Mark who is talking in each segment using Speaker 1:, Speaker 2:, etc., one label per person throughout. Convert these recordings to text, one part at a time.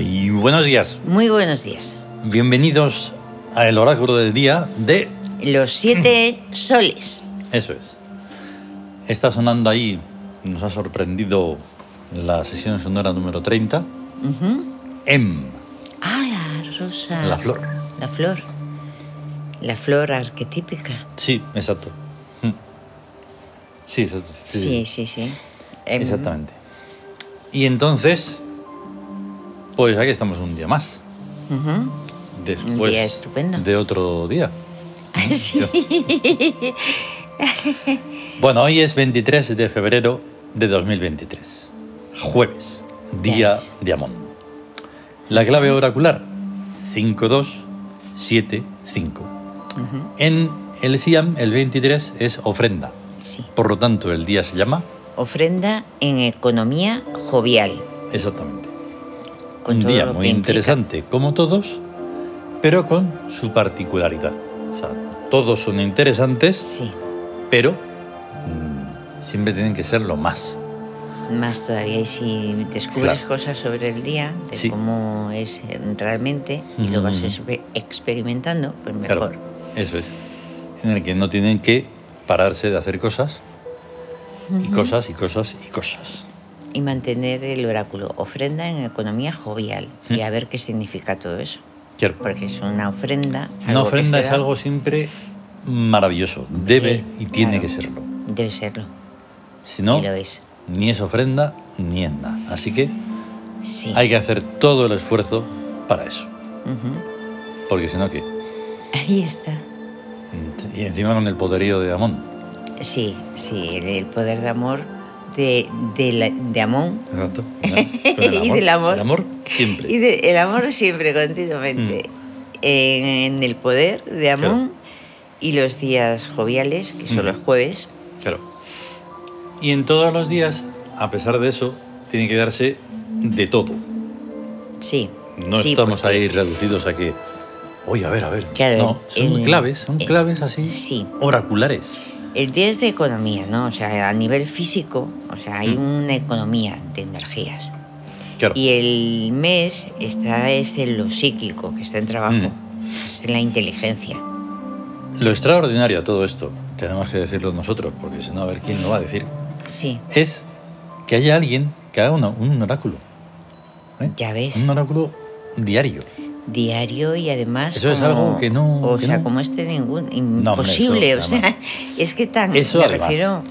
Speaker 1: Y buenos días.
Speaker 2: Muy buenos días.
Speaker 1: Bienvenidos a el oráculo del día de...
Speaker 2: Los siete soles.
Speaker 1: Eso es. Está sonando ahí, nos ha sorprendido la sesión sonora número 30. Em,
Speaker 2: Ah, la rosa.
Speaker 1: la flor.
Speaker 2: La flor. La flor arquetípica.
Speaker 1: Sí, exacto. Mm. Sí, exacto. Sí,
Speaker 2: Sí,
Speaker 1: sí,
Speaker 2: sí, sí. Em,
Speaker 1: Exactamente. Y entonces, pues aquí estamos un día más.
Speaker 2: ujú.
Speaker 1: Después
Speaker 2: estupendo.
Speaker 1: de otro día.
Speaker 2: Ah, Sí.
Speaker 1: Bueno, hoy es 23 de febrero de 2023, jueves, día
Speaker 2: Jueves.
Speaker 1: de Amón. La clave oracular 5275. En el Siam el 23 es ofrenda.
Speaker 2: Sí.
Speaker 1: Por lo tanto, el día se llama
Speaker 2: Ofrenda en economía jovial.
Speaker 1: exactamente.
Speaker 2: con
Speaker 1: un
Speaker 2: todo
Speaker 1: día
Speaker 2: lo que
Speaker 1: muy
Speaker 2: implica.
Speaker 1: interesante, como todos, pero con su particularidad. O sea, todos son interesantes,
Speaker 2: Sí,
Speaker 1: pero mm, siempre tienen que ser lo más.
Speaker 2: más todavía. Y si descubres
Speaker 1: Claro.
Speaker 2: cosas sobre el día, de
Speaker 1: Sí.
Speaker 2: cómo es eh, realmente, y lo vas
Speaker 1: Mm.
Speaker 2: espe- experimentando, pues
Speaker 1: Claro,
Speaker 2: mejor.
Speaker 1: eso es. En el que no tienen que pararse de hacer cosas y cosas y cosas y cosas.
Speaker 2: Y mantener el oráculo, ofrenda en economía jovial.
Speaker 1: Mm.
Speaker 2: Y a ver qué significa todo eso.
Speaker 1: Claro.
Speaker 2: Porque es una ofrenda.
Speaker 1: Una
Speaker 2: algo que
Speaker 1: ofrenda
Speaker 2: se
Speaker 1: es
Speaker 2: da,
Speaker 1: algo siempre maravilloso. Debe
Speaker 2: Sí,
Speaker 1: y tiene
Speaker 2: claro.
Speaker 1: que serlo.
Speaker 2: Debe serlo.
Speaker 1: Si no,
Speaker 2: Y lo es.
Speaker 1: ni es ofrenda ni es nada. Así que
Speaker 2: Sí.
Speaker 1: hay que hacer todo el esfuerzo para eso.
Speaker 2: Ujú.
Speaker 1: Porque si no, ¿qué?
Speaker 2: Ahí está.
Speaker 1: Y encima con el poderío de Amón.
Speaker 2: Sí, sí, el, el poder de amor de, de, la- de Amón.
Speaker 1: Exacto.
Speaker 2: Y del amor.
Speaker 1: El amor
Speaker 2: Y
Speaker 1: siempre.
Speaker 2: de- el amor siempre, continuamente.
Speaker 1: Mm.
Speaker 2: En, en el poder de Amón y los días joviales, que son
Speaker 1: Mm.
Speaker 2: los jueves.
Speaker 1: Claro. Y en todos los días, a pesar de eso, tiene que darse de todo.
Speaker 2: Sí.
Speaker 1: No
Speaker 2: sí,
Speaker 1: estamos
Speaker 2: porque-
Speaker 1: ahí reducidos a que, oye, a ver, a ver.
Speaker 2: Claro,
Speaker 1: no, son
Speaker 2: el-
Speaker 1: claves, son
Speaker 2: el-
Speaker 1: claves así,
Speaker 2: sí.
Speaker 1: oraculares.
Speaker 2: El 10 de economía, ¿no? O sea, a nivel físico, o sea,
Speaker 1: Mm.
Speaker 2: hay una economía de energías.
Speaker 1: Claro,
Speaker 2: Y el mes está es en lo psíquico, que está en trabajo,
Speaker 1: Mm.
Speaker 2: es en la inteligencia.
Speaker 1: lo extraordinario a todo esto, tenemos que decirlo nosotros, porque si no, a ver quién lo va a decir,
Speaker 2: Sí,
Speaker 1: es que haya alguien que haga una- un oráculo. ¿eh?
Speaker 2: ya ves,
Speaker 1: Un oráculo diario.
Speaker 2: diario y además...
Speaker 1: Eso es algo que no-
Speaker 2: O
Speaker 1: que
Speaker 2: sea,
Speaker 1: no.
Speaker 2: como este ningún...
Speaker 1: No, hombre, eso,
Speaker 2: Imposible, o sea,
Speaker 1: además.
Speaker 2: es que tan...
Speaker 1: Eso
Speaker 2: me
Speaker 1: además.
Speaker 2: refiero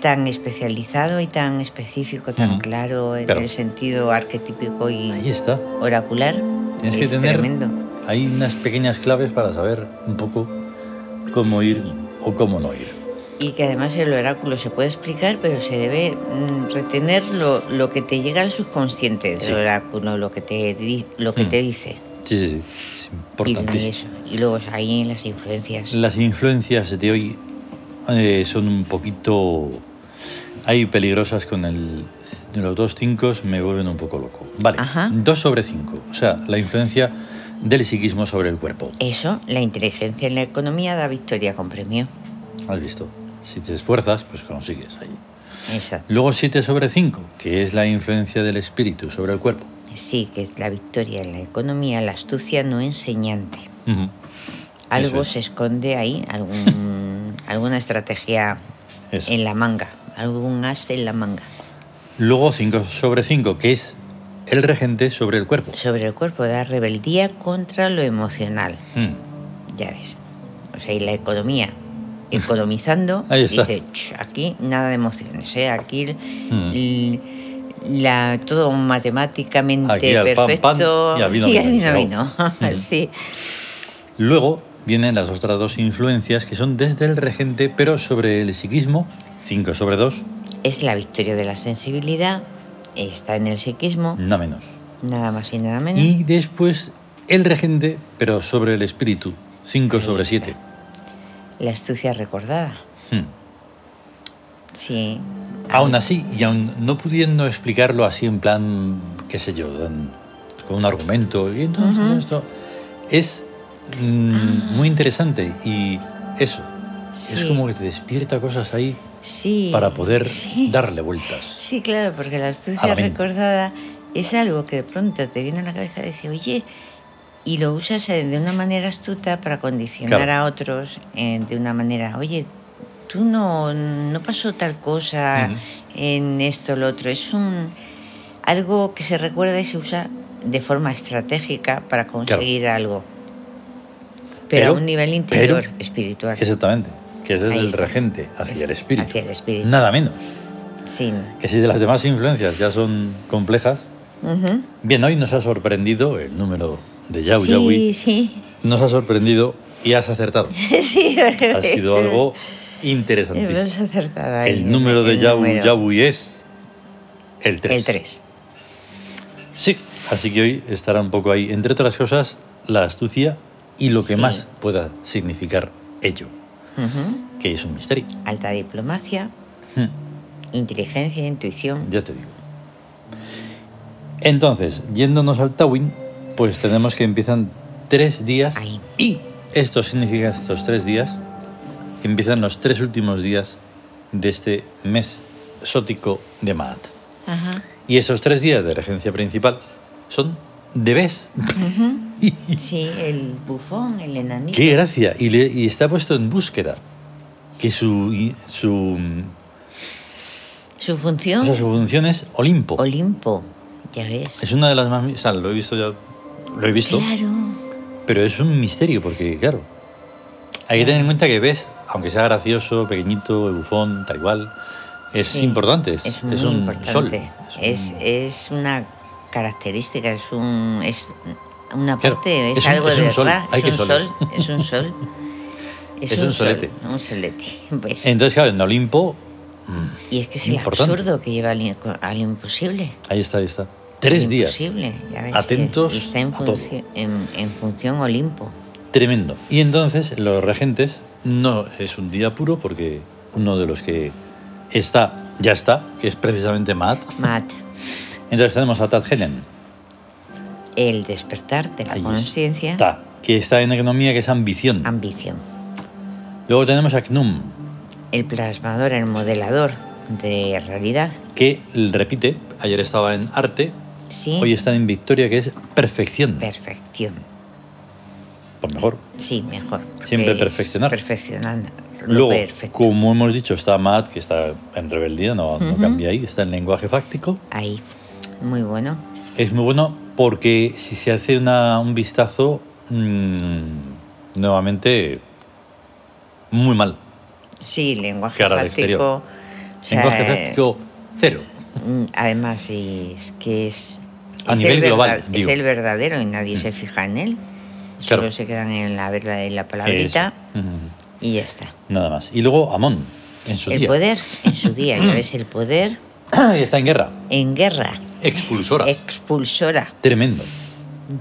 Speaker 2: tan especializado y tan específico, tan
Speaker 1: Ujú.
Speaker 2: claro, en
Speaker 1: Claro.
Speaker 2: el sentido arquetípico
Speaker 1: Ahí
Speaker 2: y
Speaker 1: está.
Speaker 2: oracular.
Speaker 1: Tienes que
Speaker 2: es
Speaker 1: tener
Speaker 2: tremendo.
Speaker 1: Hay unas pequeñas claves para saber un poco cómo ir
Speaker 2: Sí.
Speaker 1: o cómo no ir.
Speaker 2: Y que además el oráculo se puede explicar, pero se debe mm, retener lo, lo que te llega al subconsciente del
Speaker 1: Sí.
Speaker 2: oráculo, lo que te, di- lo que
Speaker 1: Mm.
Speaker 2: te dice.
Speaker 1: Sí, sí, sí. Es
Speaker 2: Y,
Speaker 1: importantísimo.
Speaker 2: eso. y luego ahí las influencias.
Speaker 1: Las influencias de hoy eh, son un poquito... Hay peligrosas con el... Los dos cinco me vuelven un poco loco. Vale,
Speaker 2: Ajá.
Speaker 1: dos sobre cinco. O sea, la influencia del psiquismo sobre el cuerpo.
Speaker 2: Eso, la inteligencia en la economía da victoria con premio.
Speaker 1: ¿Has visto? Si te esfuerzas, pues consigues ahí.
Speaker 2: Exacto.
Speaker 1: Luego 7 sobre 5, que es la influencia del espíritu sobre el cuerpo.
Speaker 2: Sí, que es la victoria en la economía, la astucia no enseñante.
Speaker 1: Ujú.
Speaker 2: Algo
Speaker 1: es.
Speaker 2: se esconde ahí, algún, alguna estrategia
Speaker 1: Eso.
Speaker 2: en la manga, algún as en la manga.
Speaker 1: Luego 5 sobre 5, que es el regente sobre el cuerpo.
Speaker 2: Sobre el cuerpo da rebeldía contra lo emocional.
Speaker 1: Mm.
Speaker 2: Ya ves. O sea, y la economía. Economizando,
Speaker 1: Ahí está.
Speaker 2: dice, "Ch, aquí nada de emociones, ¿eh? aquí l-
Speaker 1: Mm.
Speaker 2: l- la, todo matemáticamente
Speaker 1: Aquí al pan, pan,
Speaker 2: perfecto.
Speaker 1: y a vino, vino,
Speaker 2: a
Speaker 1: y
Speaker 2: vino, vino.
Speaker 1: Mm.
Speaker 2: sí,
Speaker 1: Luego vienen las otras dos influencias, que son desde el regente, pero sobre el psiquismo, 5 sobre 2,
Speaker 2: es la victoria de la sensibilidad, está en el psiquismo,
Speaker 1: no menos.
Speaker 2: nada más y nada menos.
Speaker 1: Hmm. Y después el regente, pero sobre el espíritu, 5
Speaker 2: Ahí
Speaker 1: sobre
Speaker 2: está.
Speaker 1: 7.
Speaker 2: La astucia recordada, sí.
Speaker 1: Aún así, y aún no pudiendo explicarlo así en plan, qué sé yo, en- con un argumento, y entonces
Speaker 2: Ujú.
Speaker 1: esto es mm, muy interesante y eso, es
Speaker 2: Sí,
Speaker 1: como que te despierta cosas ahí
Speaker 2: sí,
Speaker 1: para poder
Speaker 2: sí.
Speaker 1: darle vueltas.
Speaker 2: Sí, claro, porque la
Speaker 1: A
Speaker 2: astucia
Speaker 1: la mente.
Speaker 2: recordada es algo que de pronto te viene a la cabeza y dice, oye, y lo usas eh, de una manera astuta para condicionar
Speaker 1: Claro.
Speaker 2: a otros eh, de una manera, oye, tú no, no pasó tal cosa
Speaker 1: Ujú.
Speaker 2: en esto, lo otro. Es un algo que se recuerda y se usa de forma estratégica para conseguir algo. Pero,
Speaker 1: Pero-
Speaker 2: a un nivel
Speaker 1: pero-
Speaker 2: interior, espiritual.
Speaker 1: Exactamente. Que ese es
Speaker 2: Ahí
Speaker 1: el
Speaker 2: está.
Speaker 1: regente hacia el
Speaker 2: Es-
Speaker 1: espíritu.
Speaker 2: hacia el espíritu.
Speaker 1: Nada menos.
Speaker 2: Sí.
Speaker 1: Que si de las demás influencias ya son complejas.
Speaker 2: Ujú.
Speaker 1: Bien, hoy nos ha sorprendido el número de Yau
Speaker 2: sí,
Speaker 1: Yaui.
Speaker 2: sí.
Speaker 1: Nos ha sorprendido y has acertado.
Speaker 2: sí, porque
Speaker 1: Ha sido
Speaker 2: esto-
Speaker 1: algo
Speaker 2: Hemos
Speaker 1: interesantísimo.
Speaker 2: acertado ahí.
Speaker 1: El número de
Speaker 2: Este el
Speaker 1: Yau
Speaker 2: número.
Speaker 1: Yaui es el 3.
Speaker 2: El 3.
Speaker 1: Sí, así que hoy estará un poco ahí, entre otras cosas, la astucia y lo que
Speaker 2: Sí.
Speaker 1: más pueda significar ello, que es un misterio.
Speaker 2: Alta diplomacia,
Speaker 1: Hmm,
Speaker 2: inteligencia, intuición.
Speaker 1: Ya te digo. Entonces, yéndonos al Tawin, pues tenemos que empiezan tres días
Speaker 2: Ahí.
Speaker 1: y esto significa estos tres días, que empiezan los tres últimos días de este mes sótico de Maat.
Speaker 2: Ajá.
Speaker 1: Y esos tres días de regencia principal son de Bes.
Speaker 2: Sí, el bufón, el enanito.
Speaker 1: Qué gracia. Y, le- y está puesto en búsqueda. Que su, y- su,
Speaker 2: Su
Speaker 1: o
Speaker 2: función,
Speaker 1: sea, su función es Olimpo.
Speaker 2: Olimpo. Ya ves.
Speaker 1: Es una de las más... mi- O sea, lo he visto ya... Lo he visto.
Speaker 2: Claro.
Speaker 1: Pero es un misterio porque, claro, hay que tener en cuenta que ves, aunque sea gracioso, pequeñito, bufón, tal igual, es
Speaker 2: Sí,
Speaker 1: importante. Es,
Speaker 2: Es muy
Speaker 1: es un
Speaker 2: importante.
Speaker 1: sol.
Speaker 2: Es,
Speaker 1: un-
Speaker 2: es una característica, es un. Es una
Speaker 1: Claro,
Speaker 2: parte, es,
Speaker 1: es un-
Speaker 2: algo
Speaker 1: es
Speaker 2: de
Speaker 1: un sol,
Speaker 2: verdad.
Speaker 1: hay
Speaker 2: es,
Speaker 1: que
Speaker 2: un
Speaker 1: soles.
Speaker 2: sol, es un sol. Es,
Speaker 1: Es un
Speaker 2: sol,
Speaker 1: solete.
Speaker 2: un solete. Pues,
Speaker 1: Entonces, claro, en Olimpo... mm,
Speaker 2: y es que es el
Speaker 1: importante.
Speaker 2: absurdo que lleva al, in- al imposible.
Speaker 1: Ahí está, ahí está. Tres días.
Speaker 2: Imposible, ya ves,
Speaker 1: Atentos
Speaker 2: y Está en,
Speaker 1: a todo.
Speaker 2: funci- en, en función Olimpo.
Speaker 1: Tremendo. Y entonces los regentes no es un día puro porque uno de los que está, ya está, que es precisamente Maat.
Speaker 2: Mat,
Speaker 1: Entonces tenemos a Tadgenen.
Speaker 2: el despertar de la
Speaker 1: Ahí
Speaker 2: conciencia,
Speaker 1: está, que está en economía, que es ambición.
Speaker 2: ambición.
Speaker 1: Luego tenemos a Knum,
Speaker 2: El plasmador, el modelador de realidad.
Speaker 1: que repite, ayer estaba en arte,
Speaker 2: Sí,
Speaker 1: hoy está en victoria, que es perfección.
Speaker 2: perfección.
Speaker 1: Por mejor.
Speaker 2: Sí, mejor.
Speaker 1: Siempre
Speaker 2: porque es
Speaker 1: perfeccionar.
Speaker 2: Perfeccionar. lo
Speaker 1: Luego,
Speaker 2: perfecto.
Speaker 1: como hemos dicho, está Maat, que está en rebeldía, no, no
Speaker 2: Ujú.
Speaker 1: cambia ahí, está en lenguaje fáctico.
Speaker 2: Ahí. Muy bueno.
Speaker 1: Es muy bueno porque si se hace una- un vistazo, mm, nuevamente, muy mal.
Speaker 2: Sí, lenguaje
Speaker 1: Cara de
Speaker 2: fáctico.
Speaker 1: exterior.
Speaker 2: o sea,
Speaker 1: Lenguaje práctico cero.
Speaker 2: Mm, Además, es que es.
Speaker 1: A
Speaker 2: es
Speaker 1: nivel
Speaker 2: el
Speaker 1: global,
Speaker 2: verdad-
Speaker 1: digo. Mm.
Speaker 2: Es el verdadero y nadie se fija en él. Solo
Speaker 1: Claro.
Speaker 2: se quedan en la, verla- en la palabrita
Speaker 1: Eso. Mm,
Speaker 2: y ya está.
Speaker 1: Nada más. Y luego Amón, en su
Speaker 2: el
Speaker 1: día. Mm.
Speaker 2: poder, en su día, ya ves, el poder
Speaker 1: está en guerra.
Speaker 2: en guerra,
Speaker 1: Expulsora.
Speaker 2: expulsora.
Speaker 1: Tremendo.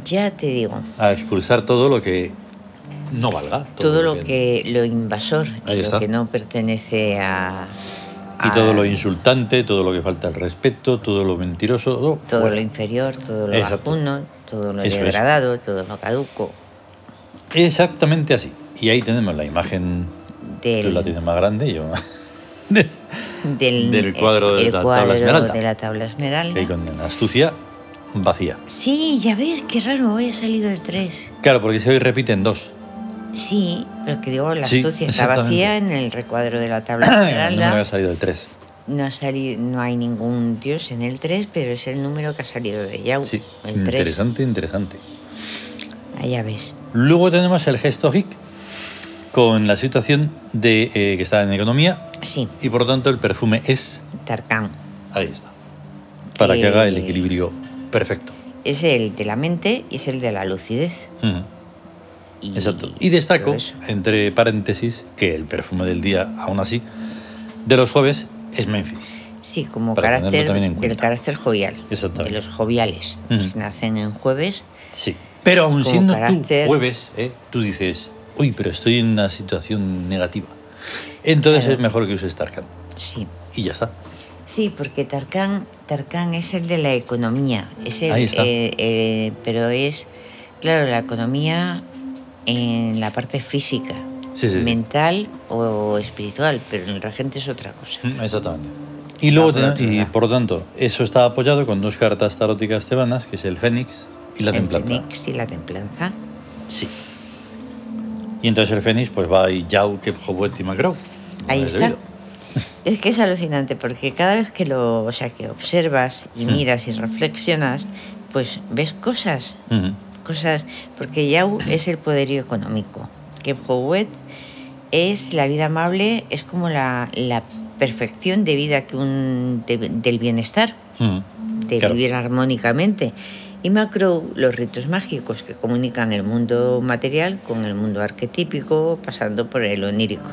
Speaker 2: Ya te digo,
Speaker 1: A expulsar todo lo que no valga.
Speaker 2: todo lo que lo invasor
Speaker 1: Ahí
Speaker 2: y
Speaker 1: está.
Speaker 2: lo que no pertenece a.
Speaker 1: Y
Speaker 2: a-
Speaker 1: todo lo insultante, todo lo que falta el respeto, todo lo mentiroso. Todo,
Speaker 2: Todo
Speaker 1: fuera.
Speaker 2: lo inferior, todo lo
Speaker 1: Exacto.
Speaker 2: vacuno, todo lo
Speaker 1: Eso es.
Speaker 2: degradado, todo lo caduco.
Speaker 1: Exactamente así. Y ahí tenemos la imagen. Tú
Speaker 2: Del,
Speaker 1: la tienes más grande y yo.
Speaker 2: del, eh,
Speaker 1: Del cuadro de
Speaker 2: el
Speaker 1: la tabla
Speaker 2: cuadro
Speaker 1: esmeralda.
Speaker 2: de la tabla esmeralda.
Speaker 1: que con astucia vacía.
Speaker 2: Sí, ya ves, qué raro, hoy ha salido el 3.
Speaker 1: Claro, porque si hoy repiten dos.
Speaker 2: Sí, pero es que digo, la
Speaker 1: Sí,
Speaker 2: astucia está vacía en el recuadro de la tabla esmeralda.
Speaker 1: no me había salido el tres.
Speaker 2: No, ha salido, no hay ningún dios en el 3, pero es el número que ha salido de Yau.
Speaker 1: Sí,
Speaker 2: Uh, el 3.
Speaker 1: interesante, interesante.
Speaker 2: Ahí ya ves.
Speaker 1: Luego tenemos el gesto hic con la situación de eh, que está en economía
Speaker 2: Sí,
Speaker 1: y por lo tanto el perfume es.
Speaker 2: Tarkan.
Speaker 1: Ahí está. Para que
Speaker 2: Eh.
Speaker 1: haga el equilibrio perfecto.
Speaker 2: Es el de la mente y es el de la lucidez.
Speaker 1: Ujú.
Speaker 2: Y,
Speaker 1: Exacto. Y destaco,
Speaker 2: todo eso.
Speaker 1: entre paréntesis, que el perfume del día, aún así, de los jueves es Memphis.
Speaker 2: Sí, como
Speaker 1: para tenerlo
Speaker 2: carácter,
Speaker 1: también en
Speaker 2: del
Speaker 1: cuenta.
Speaker 2: carácter jovial.
Speaker 1: Exactamente.
Speaker 2: De los joviales, los
Speaker 1: Ujú.
Speaker 2: que nacen en jueves.
Speaker 1: Sí. Pero aún
Speaker 2: Como
Speaker 1: siendo
Speaker 2: carácter.
Speaker 1: tú jueves, ¿eh? tú dices, uy, pero estoy en una situación negativa. Entonces
Speaker 2: Claro.
Speaker 1: es mejor que uses Tarkan.
Speaker 2: Sí.
Speaker 1: Y ya está.
Speaker 2: Sí, porque Tarkan, Tarkan es el de la economía. Es el,
Speaker 1: Ahí está.
Speaker 2: eh, eh, pero es, claro, la economía en la parte física,
Speaker 1: Sí, sí, sí.
Speaker 2: mental o espiritual, pero en el regente es otra cosa.
Speaker 1: Mm, Exactamente. Y luego,
Speaker 2: por
Speaker 1: tenemos-
Speaker 2: otro
Speaker 1: y
Speaker 2: lado.
Speaker 1: por lo tanto, eso está apoyado con dos cartas taróticas tebanas, que es el Fénix y la
Speaker 2: El
Speaker 1: Templanza.
Speaker 2: fénix y la templanza.
Speaker 1: Sí. Y entonces el Fénix pues este va y Yau, Kephobuet y Macro.
Speaker 2: Ahí está. Es que es alucinante porque cada vez que lo, o sea, que observas y
Speaker 1: Mm.
Speaker 2: miras y reflexionas, pues ves cosas,
Speaker 1: Mm,
Speaker 2: cosas, porque Yau es el poderío económico, que Howet es la vida amable, es como la, la perfección de vida que un, de- del bienestar,
Speaker 1: mm,
Speaker 2: de
Speaker 1: Claro.
Speaker 2: vivir armónicamente. Y Macro, los ritos mágicos que comunican el mundo material con el mundo arquetípico, pasando por el onírico.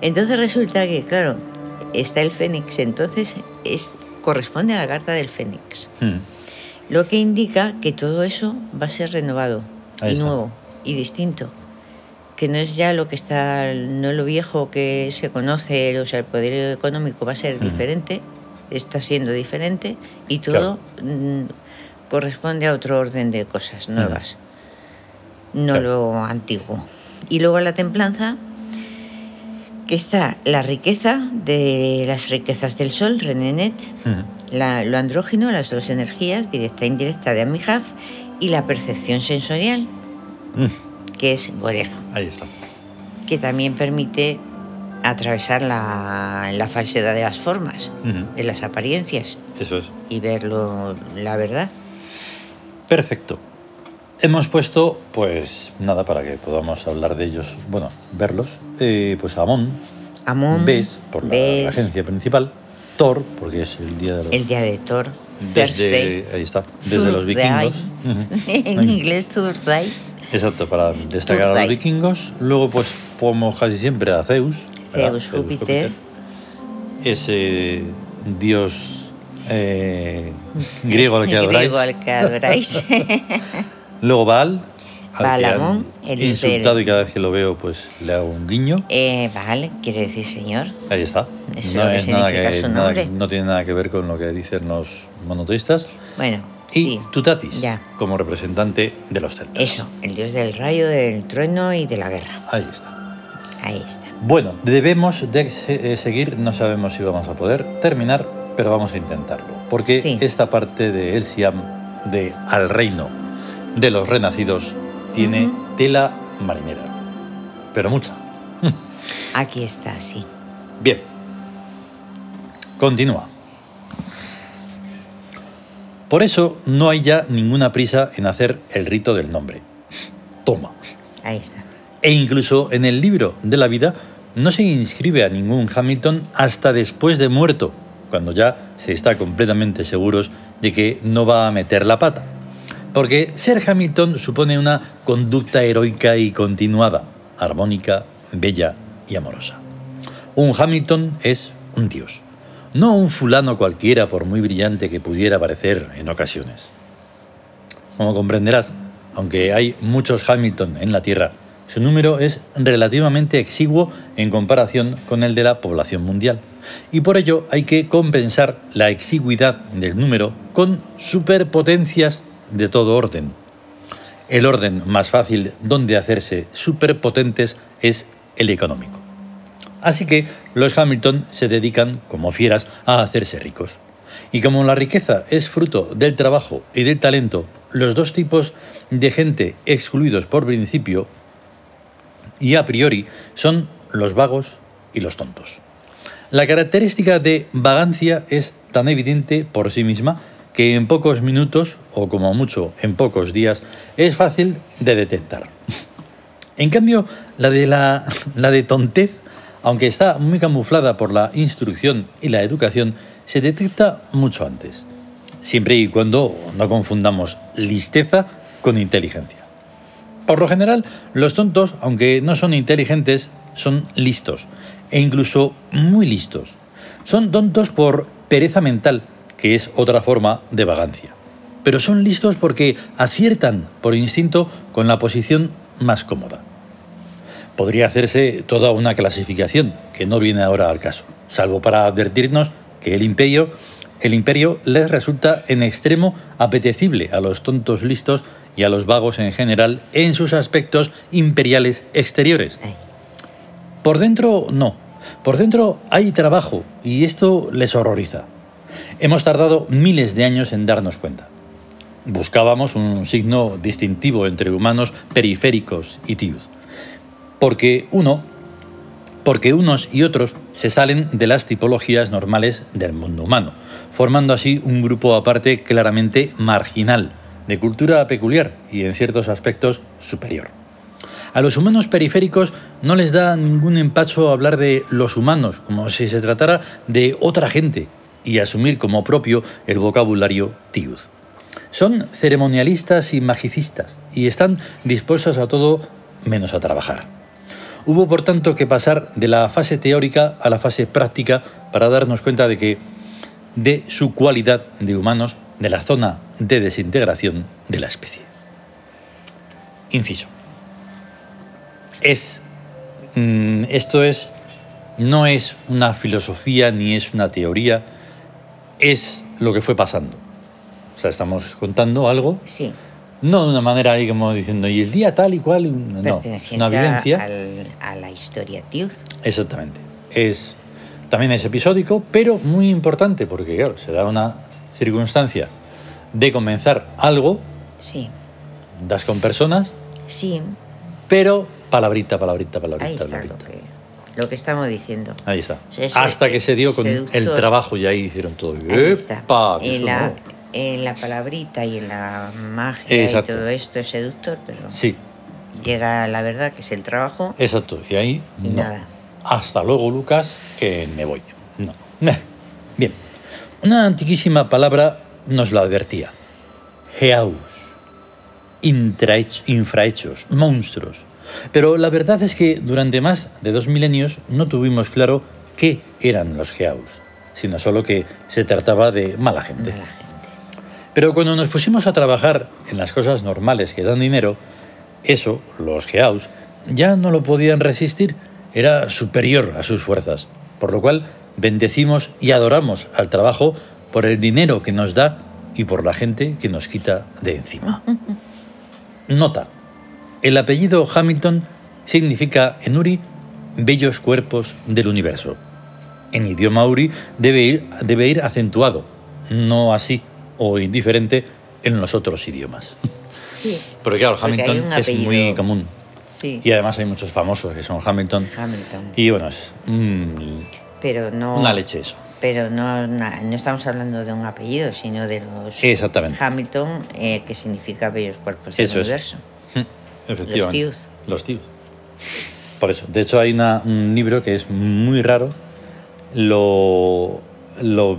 Speaker 2: Entonces resulta que, claro, está el Fénix, entonces es, corresponde a la carta del Fénix,
Speaker 1: mm,
Speaker 2: lo que indica que todo eso va a ser renovado,
Speaker 1: Ahí
Speaker 2: y
Speaker 1: está.
Speaker 2: nuevo y distinto, que no es ya lo que está, no lo viejo que se conoce, o sea, el poder económico va a ser
Speaker 1: Ujú.
Speaker 2: diferente, está siendo diferente y todo mm, corresponde a otro orden de cosas nuevas, no
Speaker 1: Claro.
Speaker 2: lo antiguo. Y luego la templanza, que está la riqueza de las riquezas del sol, Renenet,
Speaker 1: mm,
Speaker 2: la- lo andrógino, las dos energías, directa e indirecta de Amihaf, y la percepción sensorial, que es Goref,
Speaker 1: mm. Ahí está.
Speaker 2: que también permite atravesar la, la falsedad de las formas,
Speaker 1: Ujú.
Speaker 2: de las apariencias,
Speaker 1: Mm, Eso es.
Speaker 2: y ver lo- la verdad.
Speaker 1: Perfecto. Hemos puesto, pues nada, para que podamos hablar de ellos, bueno, verlos, eh, pues Amón,
Speaker 2: Amón,
Speaker 1: Bes, por la
Speaker 2: Bes,
Speaker 1: agencia principal, Thor, porque es el día de los...
Speaker 2: el día de Thor, Thursday,
Speaker 1: desde, ahí está, desde los
Speaker 2: Thursday.
Speaker 1: vikingos. Ujú.
Speaker 2: en inglés Thursday,
Speaker 1: Exacto, para destacar a los
Speaker 2: Thursday.
Speaker 1: vikingos. Luego, pues, como casi siempre, a Zeus. ¿verdad?
Speaker 2: Zeus, Júpiter.
Speaker 1: Ese dios eh, griego al que adoráis.
Speaker 2: griego al que adoráis.
Speaker 1: Luego Baal. al que
Speaker 2: Baal
Speaker 1: han
Speaker 2: Amón, el del-
Speaker 1: insultado y cada vez que lo veo, pues le hago un guiño.
Speaker 2: Eh, vale, quiere decir señor.
Speaker 1: Ahí está.
Speaker 2: Eso es lo que significa su
Speaker 1: nada que-
Speaker 2: nombre.
Speaker 1: no tiene nada que ver con lo que dicen los monoteístas.
Speaker 2: Bueno,
Speaker 1: Y
Speaker 2: sí.
Speaker 1: Tutatis,
Speaker 2: Ya.
Speaker 1: como representante de los celtas.
Speaker 2: Eso, el dios del rayo, del trueno y de la guerra.
Speaker 1: Ahí está.
Speaker 2: Ahí está.
Speaker 1: Bueno, debemos de se- eh, seguir, no sabemos si vamos a poder terminar, pero vamos a intentarlo. Porque
Speaker 2: Sí.
Speaker 1: esta parte de El Siam, de Al Reino de los Renacidos, tiene
Speaker 2: Ujú.
Speaker 1: tela marinera. Pero mucha.
Speaker 2: Aquí está, sí.
Speaker 1: Bien. Continúa. Por eso no hay ya ninguna prisa en hacer el rito del nombre. Toma.
Speaker 2: Ahí está.
Speaker 1: E incluso en el libro de la vida no se inscribe a ningún Hamilton hasta después de muerto, cuando ya se está completamente seguros de que no va a meter la pata. Porque ser Hamilton supone una conducta heroica y continuada, armónica, bella y amorosa. Un Hamilton es un dios, no un fulano cualquiera por muy brillante que pudiera parecer en ocasiones. Como comprenderás, aunque hay muchos Hamilton en la Tierra, su número es relativamente exiguo en comparación con el de la población mundial. Y por ello hay que compensar la exiguidad del número con superpotencias de todo orden. El orden más fácil donde hacerse superpotentes es el económico. Así que los Hamilton se dedican, como fieras, a hacerse ricos. Y como la riqueza es fruto del trabajo y del talento, los dos tipos de gente excluidos por principio y a priori son los vagos y los tontos. La característica de vagancia es tan evidente por sí misma que en pocos minutos, o como mucho en pocos días, es fácil de detectar. En cambio, la de, la, la de tontez, aunque está muy camuflada por la instrucción y la educación, se detecta mucho antes, siempre y cuando no confundamos listeza con inteligencia. Por lo general, los tontos, aunque no son inteligentes, son listos, e incluso muy listos. Son tontos por pereza mental, que es otra forma de vagancia. Pero son listos porque aciertan por instinto con la posición más cómoda. Podría hacerse toda una clasificación, que no viene ahora al caso, salvo para advertirnos que el imperio, el imperio les resulta en extremo apetecible a los tontos listos y a los vagos en general en sus aspectos imperiales exteriores.
Speaker 2: Ahí.
Speaker 1: Por dentro no, Por dentro hay trabajo y esto les horroriza. Hemos tardado miles de años en darnos cuenta. Buscábamos un signo distintivo entre humanos periféricos y tíos. Porque uno, porque unos y otros se salen de las tipologías normales del mundo humano, formando así un grupo aparte claramente marginal, de cultura peculiar y en ciertos aspectos superior. A los humanos periféricos no les da ningún empacho hablar de los humanos, como si se tratara de otra gente, y asumir como propio el vocabulario tiud. Son ceremonialistas y magicistas, y están dispuestos a todo menos a trabajar. Hubo por tanto que pasar de la fase teórica a la fase práctica para darnos cuenta de que de su cualidad de humanos de la zona de desintegración de la especie. Inciso es mmm, esto es no es una filosofía ni es una teoría es lo que fue pasando o sea estamos contando algo
Speaker 2: Sí,
Speaker 1: no de una manera ahí como diciendo y el día tal y cual no es
Speaker 2: perteneciente
Speaker 1: una vivencia
Speaker 2: al- a la historia tío.
Speaker 1: exactamente es también es episódico pero muy importante porque claro se da una circunstancia de comenzar algo
Speaker 2: Sí,
Speaker 1: das con personas
Speaker 2: sí,
Speaker 1: pero palabrita palabrita palabrita
Speaker 2: ahí está lo
Speaker 1: palabrita
Speaker 2: que, lo que estamos diciendo.
Speaker 1: Ahí está.
Speaker 2: Sí, sí.
Speaker 1: Hasta que se dio con el
Speaker 2: Seductor.
Speaker 1: trabajo y ahí hicieron todo.
Speaker 2: Ahí está.
Speaker 1: ¡Epa! ¡Qué
Speaker 2: en, la,
Speaker 1: sonoro!
Speaker 2: en la palabrita y en la magia
Speaker 1: Exacto.
Speaker 2: y todo esto es seductor, pero
Speaker 1: Sí,
Speaker 2: llega la verdad que es el trabajo.
Speaker 1: exacto. Y ahí
Speaker 2: Y
Speaker 1: no.
Speaker 2: nada.
Speaker 1: Hasta luego, Lucas, que me voy. No. Meh. Bien. Una antiquísima palabra nos la advertía. Heaus. Intrahecho- infrahechos, monstruos. Pero la verdad es que durante más de dos milenios no tuvimos claro qué eran los heaus, sino solo que se trataba de mala gente.
Speaker 2: mala gente.
Speaker 1: Pero cuando nos pusimos a trabajar en las cosas normales que dan dinero, eso, los geaus, ya no lo podían resistir, era superior a sus fuerzas. Por lo cual, bendecimos y adoramos al trabajo por el dinero que nos da y por la gente que nos quita de encima. Nota. El apellido Hamilton significa en Uri bellos cuerpos del universo. En idioma Uri debe ir, debe ir acentuado, no así o indiferente en los otros idiomas.
Speaker 2: Sí,
Speaker 1: Porque claro,
Speaker 2: Porque hay
Speaker 1: Hamilton
Speaker 2: un
Speaker 1: es muy
Speaker 2: apellido.
Speaker 1: común.
Speaker 2: sí.
Speaker 1: Y además hay muchos famosos que son Hamilton.
Speaker 2: Hamilton.
Speaker 1: Y bueno, es mm,
Speaker 2: pero no,
Speaker 1: una leche eso.
Speaker 2: pero no, na- no estamos hablando de un apellido, sino de los
Speaker 1: Exactamente.
Speaker 2: Hamilton, eh, que significa bellos cuerpos del
Speaker 1: Eso es.
Speaker 2: universo.
Speaker 1: Efectivamente.
Speaker 2: Los tíos.
Speaker 1: Los tíos. Por eso. De hecho, hay una- un libro que es muy raro. Lo, lo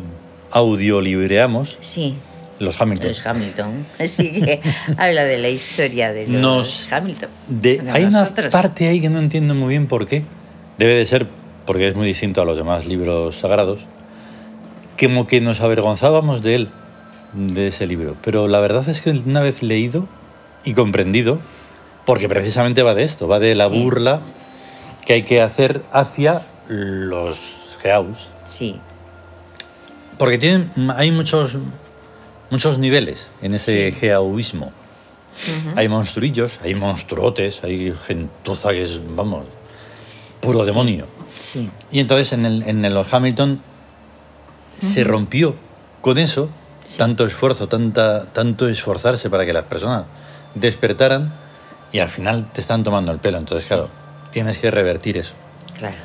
Speaker 1: audiolibreamos,
Speaker 2: Sí,
Speaker 1: los Hamilton.
Speaker 2: los Hamilton. Así que habla de la historia de los
Speaker 1: Nos-
Speaker 2: Hamilton.
Speaker 1: De-
Speaker 2: de
Speaker 1: hay una
Speaker 2: nosotros.
Speaker 1: parte ahí que no entiendo muy bien por qué. Debe de ser porque es muy distinto a los demás libros sagrados. que Como que nos avergonzábamos de él, de ese libro. Pero la verdad es que una vez leído y comprendido, porque precisamente va de esto, va de la
Speaker 2: Sí.
Speaker 1: burla que hay que hacer hacia los geaus.
Speaker 2: Sí,
Speaker 1: Porque tienen, hay muchos, muchos niveles en ese geauismo. Hay monstruillos, hay monstruotes, hay gentuza que es, vamos, puro
Speaker 2: Sí.
Speaker 1: demonio.
Speaker 2: sí.
Speaker 1: Y entonces en el, en el Lord Hamilton se rompió con eso,
Speaker 2: Sí.
Speaker 1: tanto esfuerzo, tanta, tanto esforzarse para que las personas despertaran y al final te están tomando el pelo. Entonces,
Speaker 2: Sí.
Speaker 1: claro, tienes que revertir eso.
Speaker 2: Claro,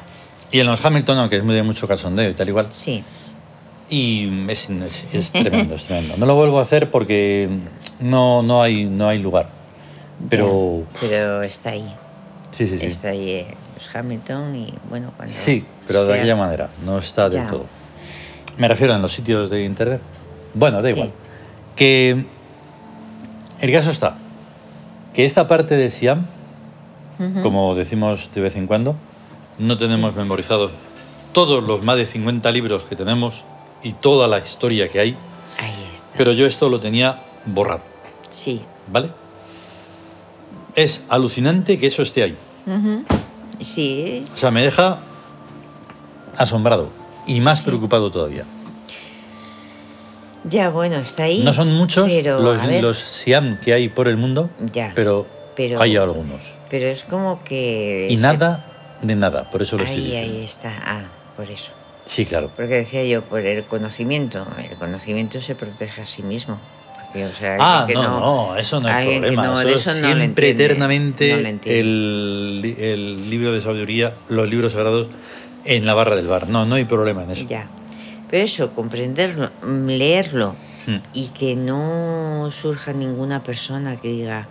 Speaker 1: Y en los Hamilton, aunque es muy de mucho calzondeo y tal igual,
Speaker 2: sí.
Speaker 1: y es, es- es tremendo, es tremendo. No lo vuelvo a hacer porque no, no, hay, no hay lugar. Pero
Speaker 2: Ya, pero está ahí.
Speaker 1: sí, sí, sí.
Speaker 2: Está ahí eh, los Hamilton y bueno, cuando.
Speaker 1: Sí, pero de
Speaker 2: sea-
Speaker 1: aquella manera, no está del
Speaker 2: Ya.
Speaker 1: todo. Me refiero en los sitios de internet. Bueno, da
Speaker 2: Sí.
Speaker 1: igual. Que el caso está que esta parte de Siam,
Speaker 2: Ujú.
Speaker 1: como decimos de vez en cuando, no tenemos memorizados todos los más de 50 libros que tenemos y toda la historia que hay,
Speaker 2: Ahí está.
Speaker 1: pero yo esto lo tenía borrado,
Speaker 2: Sí.
Speaker 1: ¿vale? Es alucinante que eso esté ahí.
Speaker 2: Ujú. Sí,
Speaker 1: O sea, me deja asombrado y más
Speaker 2: sí.
Speaker 1: preocupado todavía.
Speaker 2: ya bueno, está ahí.
Speaker 1: No son muchos
Speaker 2: pero,
Speaker 1: los,
Speaker 2: a ver,
Speaker 1: los Siam que hay por el mundo,
Speaker 2: Ya.
Speaker 1: pero,
Speaker 2: pero-
Speaker 1: hay algunos.
Speaker 2: Pero es como que.
Speaker 1: Y
Speaker 2: se-
Speaker 1: nada, de nada, por eso lo estoy
Speaker 2: Ahí,
Speaker 1: diciendo.
Speaker 2: ahí está. Ah, por eso.
Speaker 1: Sí, claro.
Speaker 2: Porque decía yo, por el conocimiento. El conocimiento se protege a sí mismo. Porque, o sea,
Speaker 1: Ah, no,
Speaker 2: alguien que
Speaker 1: no, eso no es
Speaker 2: alguien que
Speaker 1: problema.
Speaker 2: no-
Speaker 1: eso
Speaker 2: de
Speaker 1: es
Speaker 2: eso no lo
Speaker 1: siempre
Speaker 2: entiende,
Speaker 1: eternamente
Speaker 2: no lo entiende.
Speaker 1: el, el libro de sabiduría, los libros sagrados en la barra del bar. No, no hay problema en eso.
Speaker 2: Ya. Pero eso, comprenderlo, mm, leerlo
Speaker 1: Mm.
Speaker 2: y que no surja ninguna persona que diga,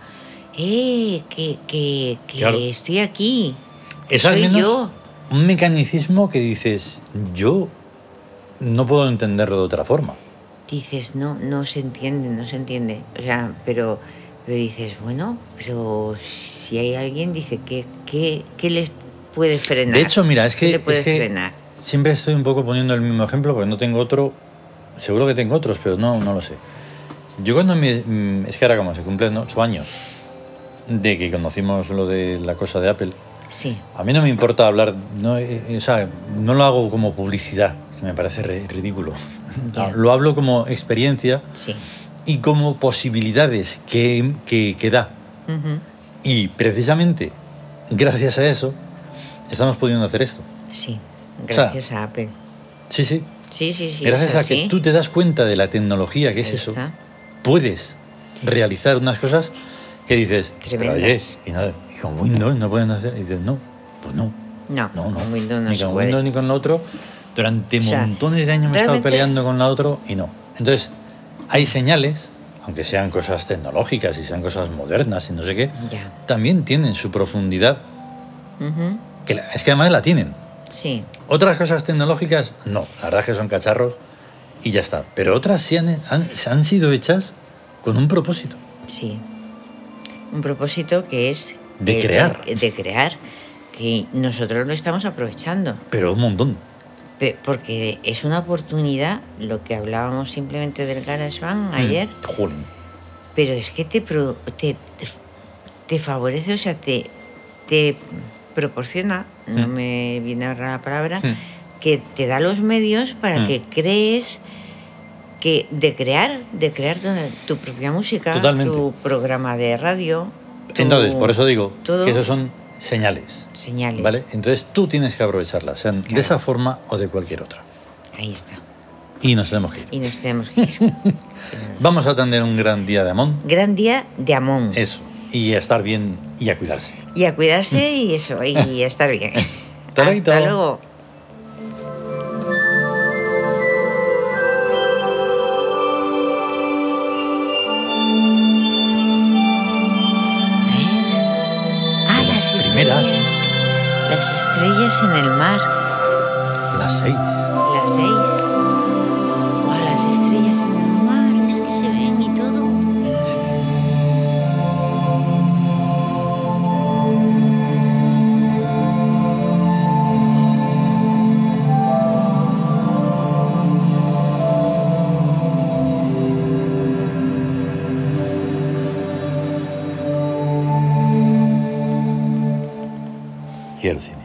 Speaker 2: ¡eh! Que, que, que
Speaker 1: Claro.
Speaker 2: estoy aquí. que
Speaker 1: Es al
Speaker 2: soy
Speaker 1: menos
Speaker 2: yo.
Speaker 1: un mecanicismo que dices, yo no puedo entenderlo de otra forma.
Speaker 2: Dices, no, no se entiende, no se entiende. O sea, pero, pero dices, bueno, pero si hay alguien, dice, ¿qué, qué, qué les puede frenar?
Speaker 1: De hecho, mira, es
Speaker 2: ¿Qué
Speaker 1: que,
Speaker 2: le puede
Speaker 1: es que
Speaker 2: frenar?
Speaker 1: siempre estoy un poco poniendo el mismo ejemplo porque no tengo otro. Seguro que tengo otros, pero no, no lo sé. Yo cuando me. mm, Es que ahora como se cumplen ocho años de que conocimos lo de la cosa de Apple,
Speaker 2: Sí,
Speaker 1: a mí no me importa hablar, no, eh, eh, o sea, no lo hago como publicidad, que me parece re- ridículo.
Speaker 2: Ya.
Speaker 1: Lo hablo como experiencia
Speaker 2: sí.
Speaker 1: y como posibilidades que, que, que da.
Speaker 2: Ujú.
Speaker 1: Y precisamente gracias a eso estamos pudiendo hacer esto.
Speaker 2: Sí,
Speaker 1: sea,
Speaker 2: gracias a Apple.
Speaker 1: Sí, sí.
Speaker 2: Sí, sí, sí.
Speaker 1: gracias
Speaker 2: es
Speaker 1: a
Speaker 2: así.
Speaker 1: que tú te das cuenta de la tecnología que es
Speaker 2: Ahí
Speaker 1: eso,
Speaker 2: está.
Speaker 1: puedes realizar unas cosas que dices, pero
Speaker 2: Tremendas.
Speaker 1: oye, y, no- y con Windows no pueden hacer. Y dices, no, pues no,
Speaker 2: No,
Speaker 1: no, no.
Speaker 2: con Windows no
Speaker 1: ni
Speaker 2: se
Speaker 1: con
Speaker 2: puede.
Speaker 1: Windows ni con lo otro. Durante
Speaker 2: O sea,
Speaker 1: montones de años me he estado
Speaker 2: realmente-
Speaker 1: peleando con la otro y no. Entonces, hay señales, aunque sean cosas tecnológicas y sean cosas modernas y no sé qué,
Speaker 2: Ya.
Speaker 1: también tienen su profundidad,
Speaker 2: Ujú.
Speaker 1: que la- es que además la tienen.
Speaker 2: Sí,
Speaker 1: Otras cosas tecnológicas, no, la verdad es que son cacharros y ya está. Pero otras sí han, han- se han sido hechas con un propósito.
Speaker 2: sí. Un propósito que es...
Speaker 1: De crear.
Speaker 2: De, crear, que nosotros lo estamos aprovechando,
Speaker 1: Pero un montón.
Speaker 2: pe- porque es una oportunidad, lo que hablábamos simplemente del GarageBand ayer,
Speaker 1: Mm, jolín.
Speaker 2: pero es que te, pro- te, te favorece, o sea, te, te proporciona, no
Speaker 1: Mm.
Speaker 2: me viene ahora la palabra,
Speaker 1: Mm.
Speaker 2: que te da los medios para
Speaker 1: Mm.
Speaker 2: que crees que de crear, de crear tu, tu propia música,
Speaker 1: Totalmente.
Speaker 2: tu programa de radio, tu-
Speaker 1: Entonces, por eso digo
Speaker 2: todo-
Speaker 1: que esos son señales.
Speaker 2: señales.
Speaker 1: ¿Vale? Entonces tú tienes que aprovecharlas, sean de
Speaker 2: Claro.
Speaker 1: esa forma o de cualquier otra.
Speaker 2: Ahí está.
Speaker 1: Y nos tenemos que ir.
Speaker 2: Y nos tenemos que ir.
Speaker 1: Vamos a tener un gran día de Amón,
Speaker 2: Gran día de Amón.
Speaker 1: eso, y a estar bien y a cuidarse.
Speaker 2: Y a cuidarse y eso, y estar bien.
Speaker 1: Hasta
Speaker 2: Hasta
Speaker 1: luego.
Speaker 2: luego. ¿Ves? Ah,
Speaker 1: Las
Speaker 2: las
Speaker 1: primeras.
Speaker 2: estrellas. Las estrellas en el mar.
Speaker 1: Las seis.
Speaker 2: Las seis. Guau, las estrellas en el mar. Es que se ven y todo.
Speaker 1: Y el cine.